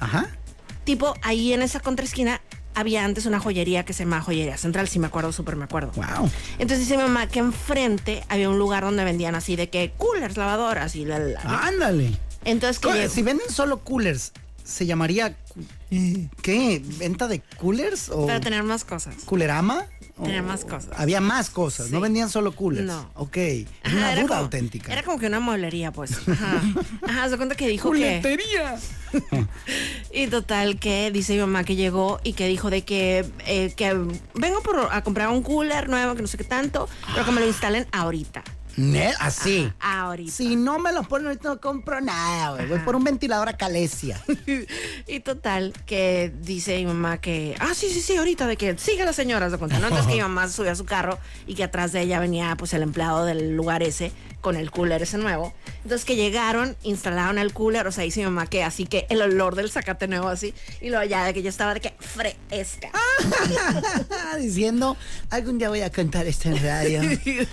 S2: Ajá.
S1: Tipo, ahí en esa contraesquina había antes una joyería que se llamaba Joyería Central, si me acuerdo, súper me acuerdo.
S2: Wow.
S1: Entonces dice mi mamá que enfrente había un lugar donde vendían así de que coolers, lavadoras y la, la, la.
S2: Ah. Ándale.
S1: Entonces que
S2: Oye,
S1: llegó-
S2: Si venden solo coolers, ¿se llamaría cu-
S1: Eh.
S2: qué? ¿Venta de coolers? ¿O
S1: para tener más cosas.
S2: coolerama? ¿O-
S1: Tener más cosas.
S2: Había más cosas, no
S1: Sí.
S2: vendían solo coolers.
S1: No.
S2: Ok. Es
S1: Ajá,
S2: una
S1: era
S2: duda
S1: como-
S2: auténtica.
S1: Era como que una mueblería, pues. Ajá, Ajá se cuenta que dijo que... Y total que dice mi mamá que llegó y que dijo de que, eh, que vengo por, a comprar un cooler nuevo, que no sé qué tanto, pero que me lo instalen ahorita.
S2: Ne- Así.
S1: Ajá, ahorita.
S2: Si no me los ponen ahorita no compro nada, güey. Voy por un ventilador a Calesia.
S1: Y total, que dice mi mamá que, ah, sí, sí, sí, ahorita de que sigue la señora, se cuenta, ¿no? Entonces que mi mamá subió a su carro y que atrás de ella venía pues el empleado del lugar ese con el cooler ese nuevo. Entonces que llegaron, instalaron el cooler, o sea, dice mi mamá que así que el olor del zacate nuevo así, y luego ya de que yo estaba de que fresca.
S2: Diciendo, algún día voy a cantar esto en radio.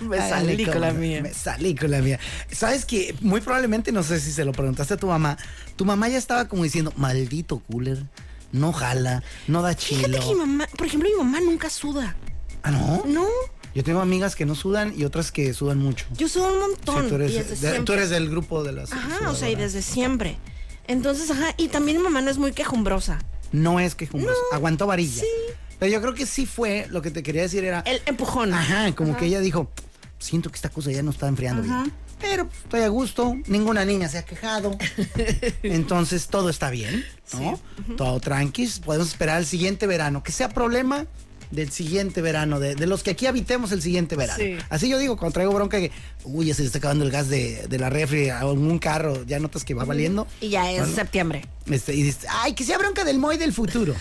S1: Me
S2: Ay,
S1: salí
S2: cómo
S1: con la
S2: no,
S1: mía.
S2: Me salí con la mía. Sabes que muy probablemente, no sé si se lo preguntaste a tu mamá, tu mamá ya estaba como diciendo, maldito cooler, no jala, no da
S1: Fíjate
S2: chilo.
S1: que mi mamá, por ejemplo, mi mamá nunca suda.
S2: Ah, no.
S1: No,
S2: Yo tengo amigas que no sudan y otras que sudan mucho.
S1: yo sudo un montón.
S2: Sí, tú, eres,
S1: y desde
S2: de- tú
S1: siempre.
S2: eres del grupo de las.
S1: Ajá, o sea, y
S2: sudadoras.
S1: desde siempre. Entonces, ajá, y también mi mamá no es muy quejumbrosa.
S2: No es que aguantó varilla. Pero yo creo que sí fue, lo que te quería decir era.
S1: El empujón.
S2: Ajá, como que ella dijo, siento que esta cosa ya no está enfriando bien. Pero pues, estoy a gusto, ninguna niña se ha quejado. Entonces todo está bien, ¿no? Todo tranquis, podemos esperar el siguiente verano, que sea problema del siguiente verano, de, de los que aquí habitemos el siguiente verano.
S1: Sí.
S2: Así yo digo, cuando traigo bronca que, uy, ya se le está acabando el gas de, de la refri a algún carro, ya notas que va valiendo.
S1: Y ya es
S2: Bueno.
S1: septiembre.
S2: Este, y dices, ay, que sea bronca del Moy del futuro.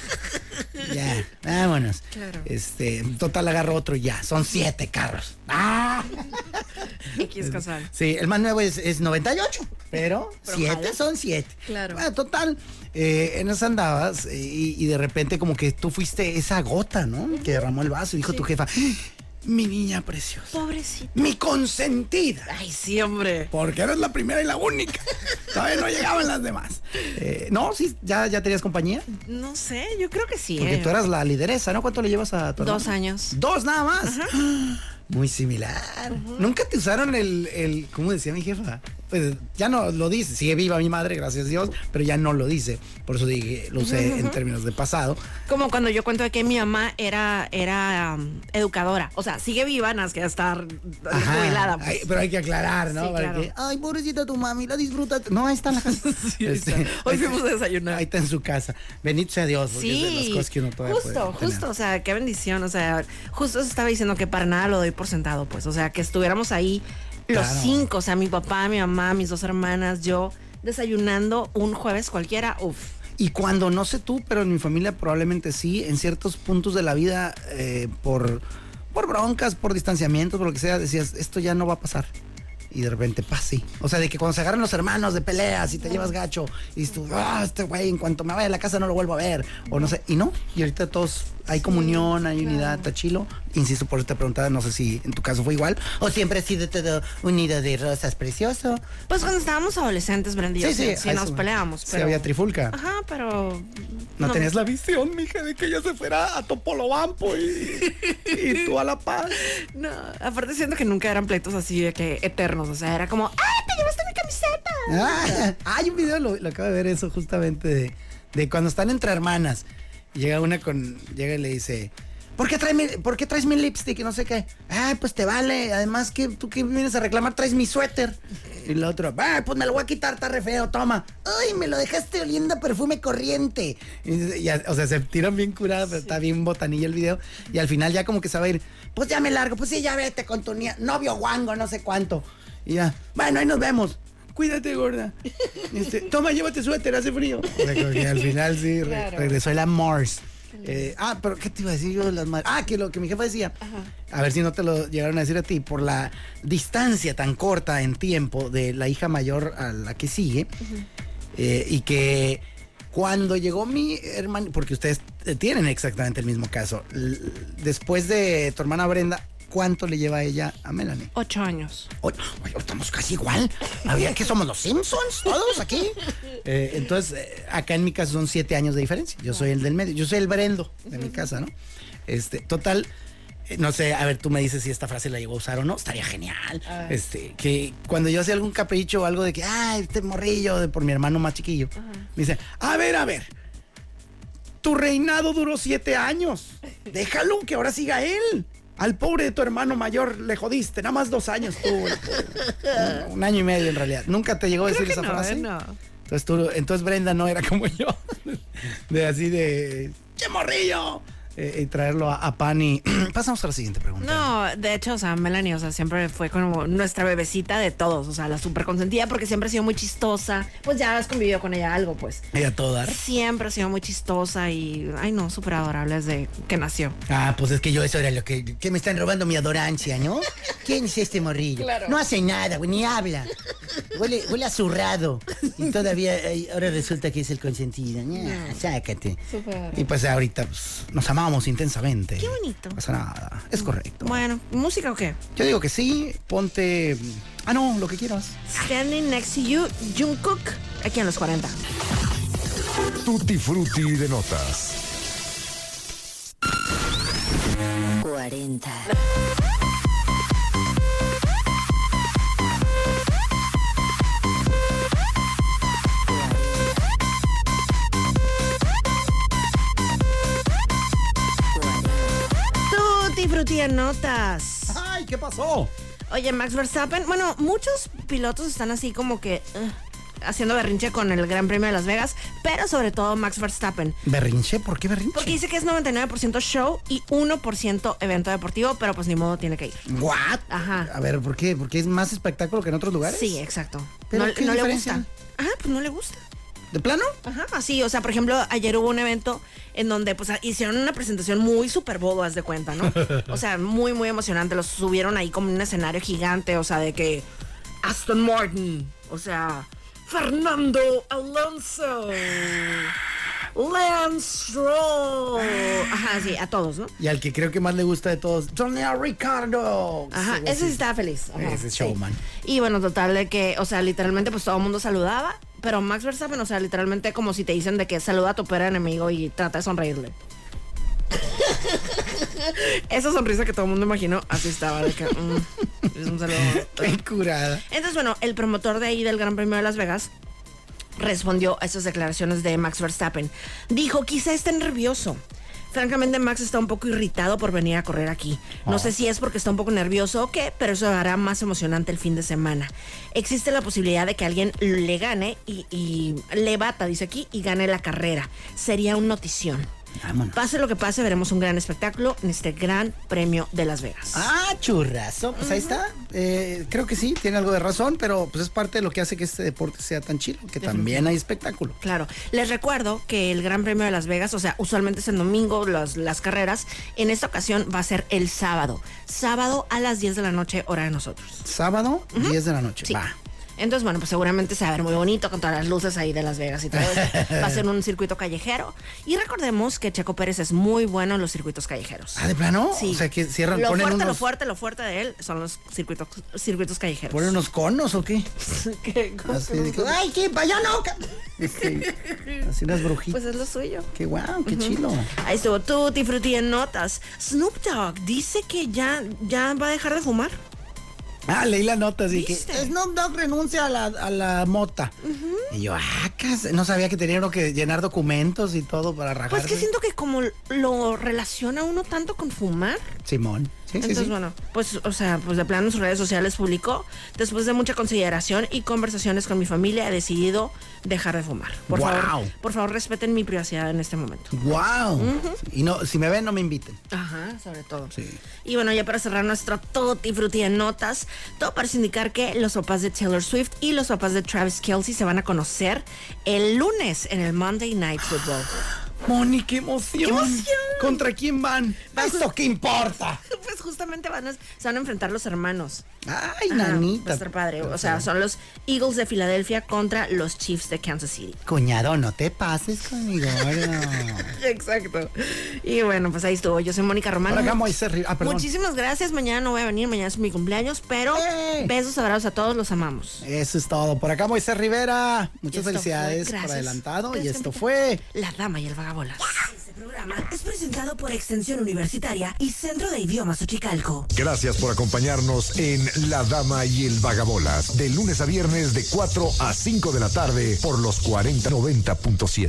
S2: ya, vámonos.
S1: Claro.
S2: Este, total agarro otro y ya. Son siete carros. ¡Ah!
S1: X casual.
S2: Sí, el más nuevo es, es 98. Pero,
S1: Pero
S2: siete
S1: ojalá.
S2: son siete.
S1: Claro.
S2: Bueno, total, eh, en esas andabas eh, y, y de repente como que tú fuiste esa gota, ¿no? Que derramó el vaso y dijo tu jefa, "¡Ah! mi niña preciosa,
S1: Pobrecito.
S2: mi consentida.
S1: Ay, sí, hombre.
S2: Porque eres la primera y la única. Todavía no llegaban las demás. Eh, no, sí, ya, ya tenías compañía.
S1: No sé, yo creo que sí.
S2: Porque
S1: ¿eh?
S2: tú eras la lideresa, ¿no? ¿Cuánto le llevas a tu
S1: Dos
S2: hermano?
S1: años.
S2: Dos nada más. Muy similar. Nunca te usaron el, el. ¿Cómo decía mi jefa? Pues ya no lo dice. Sigue viva mi madre, gracias a Dios, pero ya no lo dice. Por eso dije, lo usé en términos de pasado.
S1: Como cuando yo cuento de que mi mamá era, era um, educadora. O sea, sigue viva, nada más que ya está
S2: Ajá.
S1: jubilada. pues.
S2: Ay, pero hay que aclarar, ¿no?
S1: Sí,
S2: Para
S1: claro.
S2: que, Ay, pobrecita tu mami, la disfruta. No, ahí está en la casa.
S1: ahí está.
S2: Este,
S1: Hoy
S2: ahí
S1: fuimos
S2: está-
S1: a desayunar.
S2: Ahí está en su casa. Bendito sea Dios. porque es de las
S1: Sí,
S2: cosas que uno todavía
S1: justo,
S2: puede tener.
S1: justo, o sea, qué bendición, o sea, justo se estaba diciendo que para nada lo doy por sentado, pues, o sea, que estuviéramos ahí los
S2: Claro.
S1: cinco, o sea, mi papá, mi mamá, mis dos hermanas, yo, desayunando un jueves cualquiera, uff.
S2: Y cuando, no sé tú, pero en mi familia probablemente sí, en ciertos puntos de la vida, eh, por, por broncas, por distanciamientos, por lo que sea, decías, esto ya no va a pasar. Y de repente pasa sí. O sea, de que cuando se agarran los hermanos de peleas y te llevas gacho, y dices tú, ah, este güey, en cuanto me vaya a la casa no lo vuelvo a ver. O no sé, y no. Y ahorita todos, hay comunión, hay unidad, está chilo. Insisto por esta pregunta, no sé si en tu caso fue igual. O siempre has sido todo unido de rosas precioso.
S1: Pues cuando estábamos adolescentes, Brandy, sí, sí,
S2: a
S1: nos
S2: eso.
S1: peleábamos,
S2: Sí,
S1: pero... Ah,
S2: había trifulca.
S1: Ajá, pero...
S2: No, tenías la visión, mija, de que ella se fuera a Topolobampo y, y tú a La Paz.
S1: No, aparte siento que nunca eran pleitos así de que eternos, o sea, era como, ¡ay, te llevaste mi camiseta!
S2: Ah, hay un video, lo, lo acabo de ver eso justamente, de, de cuando están entre hermanas. Y llega una con. Llega y le dice. ¿Por qué, traes mi, ¿Por qué traes mi lipstick? Y no sé qué. Ah, pues te vale. Además, que tú que vienes a reclamar, traes mi suéter. Y la otra, ah, pues me lo voy a quitar, está re feo, toma. Ay, me lo dejaste oliendo a perfume corriente. Y, dice- ya, o sea, se tiran bien curada, pero está bien botanilla el video. Y al final ya como que se va a ir, pues ya me largo, pues sí, ya vete con tu nia- novio guango, no sé cuánto. Y ya, bueno, ahí nos vemos. Cuídate, gorda. Este, toma, llévate suéter, hace frío. O sea, como que al final sí, re- regresó el amor. Eh, ah, pero ¿qué te iba a decir yo de las madres? Ah, que lo que mi jefa decía, a ver si no te lo llegaron a decir a ti, por la distancia tan corta en tiempo de la hija mayor a la que sigue, eh, y que cuando llegó mi hermano, porque ustedes eh, tienen exactamente el mismo caso, l- después de tu hermana Brenda, ¿cuánto le lleva ella a Melanie?
S1: Ocho años.
S2: Oye, oye, estamos casi igual. Había que somos los Simpsons todos aquí. Eh, entonces, eh, acá en mi casa son siete años de diferencia. Yo soy el del medio. Yo soy el Brendo de mi casa, ¿no? Este, total. eh, No sé, a ver, tú me dices si esta frase la llegó a usar o no, estaría genial.
S1: Ah.
S2: Este, que cuando yo hacía algún capricho o algo de que, ah, este morrillo de por mi hermano más chiquillo, me dice, a ver, a ver, tu reinado duró siete años. Déjalo que ahora siga él. Al pobre de tu hermano mayor le jodiste, nada más dos años tú. Un- Un año y medio en realidad. Nunca te llegó a
S1: Creo
S2: decir
S1: que
S2: esa
S1: no,
S2: frase.
S1: ¿eh? No.
S2: Entonces tú, entonces Brenda no era como yo. De así de. ¡Qué morrillo! Eh, y traerlo a, a pan y. Pasamos a la siguiente pregunta.
S1: No, de hecho, o sea, Melanie, o sea, siempre fue como nuestra bebecita de todos, o sea, la súper consentida porque siempre ha sido muy chistosa. Pues ya has convivido con ella algo, pues.
S2: Ella todo dar.
S1: Siempre ha sido muy chistosa y, ay no, súper adorable desde que nació.
S2: Ah, pues es que yo eso era lo que, que me están robando mi adorancia, ¿no? ¿Quién es este morrillo? No hace nada, güey, ni habla. Huele, huele a zurrado. Y todavía ay, ahora resulta que es el consentido. Ña, sácate. Y pues ahorita pues, nos amamos intensamente. Qué
S1: bonito.
S2: No pasa nada. Es correcto.
S1: Bueno, ¿música o qué?
S2: Yo digo que sí, ponte. Ah, no, lo que quieras.
S1: Standing Next to You, Jungkook, aquí en los 40.
S8: Tutti Frutti de notas.
S7: 40.
S1: Tutti Frutti en notas.
S2: ¡Ay, qué pasó!
S1: Oye, Max Verstappen, bueno, muchos pilotos están así como que eh, haciendo berrinche con el Gran Premio de Las Vegas, pero sobre todo Max Verstappen.
S2: ¿Berrinche? ¿Por qué berrinche?
S1: Porque dice que es 99% show y 1% evento deportivo, pero pues ni modo tiene que ir.
S2: ¿What?
S1: Ajá.
S2: A ver, ¿por qué? ¿Porque es más espectáculo que en otros lugares?
S1: Sí, exacto.
S2: ¿Pero
S1: no
S2: qué
S1: no le
S2: diferencia?
S1: gusta. Ajá, pues no le gusta.
S2: ¿De plano?
S1: Ajá, así, o sea, por ejemplo, ayer hubo un evento en donde pues hicieron una presentación muy super bobo, haz de cuenta, ¿no? O sea, muy, muy emocionante. Los subieron ahí como en un escenario gigante, o sea, de que Aston Martin, o sea, Fernando Alonso. Lance Stroll. Ajá, sí, a todos, ¿no?
S2: Y al que creo que más le gusta de todos, Daniel Ricardo.
S1: Ajá,
S2: Sí, güey,
S1: ese sí
S2: sí.
S1: estaba feliz. Ajá,
S2: Ese es
S1: sí.
S2: showman.
S1: Y bueno, total de que, o sea, literalmente pues todo el mundo saludaba, pero Max Verstappen, o sea, literalmente como si te dicen de que saluda a tu peor enemigo y trata de sonreírle. Esa sonrisa que todo el mundo imaginó, así estaba, de que, mm, es un saludo.
S2: Qué curada.
S1: Entonces, bueno, el promotor de ahí del Gran Premio de Las Vegas respondió a esas declaraciones de Max Verstappen. Dijo, quizá esté nervioso. Francamente, Max está un poco irritado por venir a correr aquí. No sé si es porque está un poco nervioso o qué, pero eso hará más emocionante el fin de semana. Existe la posibilidad de que alguien le gane y, y le bata, dice aquí, y gane la carrera. Sería una notición.
S2: Vámonos.
S1: Pase lo que pase, veremos un gran espectáculo en este gran premio de Las Vegas.
S2: Ah, churrazo. Pues ahí está. Eh, creo que sí, tiene algo de razón, pero pues es parte de lo que hace que este deporte sea tan chido, que también hay espectáculo.
S1: Claro, les recuerdo que el Gran Premio de Las Vegas, o sea, usualmente es el domingo las, las carreras, en esta ocasión va a ser el sábado, sábado a las 10 de la noche, hora de nosotros.
S2: Sábado, 10 de la noche.
S1: Sí.
S2: Va.
S1: Entonces, bueno, pues seguramente se va a ver muy bonito con todas las luces ahí de Las Vegas y todo eso. Va a ser un circuito callejero. Y recordemos que Checo Pérez es muy bueno en los circuitos callejeros.
S2: Ah, ¿de plano? O sea, que cierran-
S1: lo
S2: ponen
S1: fuerte, lo
S2: unos-
S1: fuerte, lo fuerte de él son los circuitos, circuitos callejeros.
S2: ¿Ponen unos conos o qué?
S1: ¿Qué? ¿Cómo
S2: Así
S1: que no?
S2: de que, ¡ay, qué vaya loca! Sí. Así unas brujitas.
S1: Pues es lo suyo.
S2: Qué guau, qué chido.
S1: Ahí estuvo Tutti Frutti en notas. Snoop Dogg dice que ya, ya va a dejar de fumar.
S2: Ah, leí la nota, así
S1: ¿Viste?
S2: que Snoop Dogg renuncia a la, a la mota. Y yo, ah, cas- no sabía que tenía uno que llenar documentos y todo para rajar.
S1: Pues que siento que como lo relaciona uno tanto con fumar.
S2: Simón. Sí, sí,
S1: Entonces,
S2: sí.
S1: bueno, pues, o sea, pues de plano en sus redes sociales publicó, después de mucha consideración y conversaciones con mi familia, he decidido dejar de fumar. Por
S2: Guau.
S1: favor, por favor, respeten mi privacidad en este momento.
S2: Wow. Y no, si me ven, no me inviten.
S1: Ajá, sobre todo.
S2: Sí.
S1: Y bueno, ya para cerrar nuestro tutti frutti de notas, todo parece indicar que los papás de Taylor Swift y los papás de Travis Kelsey se van a conocer el lunes en el Monday Night Football.
S2: Moni, qué emoción.
S1: ¡Qué emoción!
S2: ¿Contra quién van? ¿Eso qué importa?
S1: pues justamente van a, se van a enfrentar los hermanos.
S2: Ay,
S1: Ajá,
S2: nanita.
S1: Va a estar padre. O sea, son los Eagles de Filadelfia contra los Chiefs de Kansas City.
S2: Cuñado, no te pases conmigo.
S1: Exacto. Y bueno, pues ahí estuvo. Yo soy Mónica Román.
S2: Por acá, Moisés Rivera. Ah, perdón.
S1: Muchísimas gracias. Mañana no voy a venir, mañana es mi cumpleaños, pero
S2: ¡Eh!
S1: besos, abrazos a todos, los amamos.
S2: Eso es todo. Por acá, Moisés Rivera. Muchas
S1: esto
S2: felicidades
S1: fue-
S2: por
S1: gracias.
S2: adelantado. Y
S1: Gracias,
S2: esto
S1: Campita.
S2: fue.
S1: La Dama y el Vagabolas.
S7: Este programa es presentado por Extensión Universitaria y Centro de Idiomas Uchicalco.
S8: Gracias por acompañarnos en La Dama y el Vagabolas, de lunes a viernes de 4 a 5 de la tarde por los 4090.7.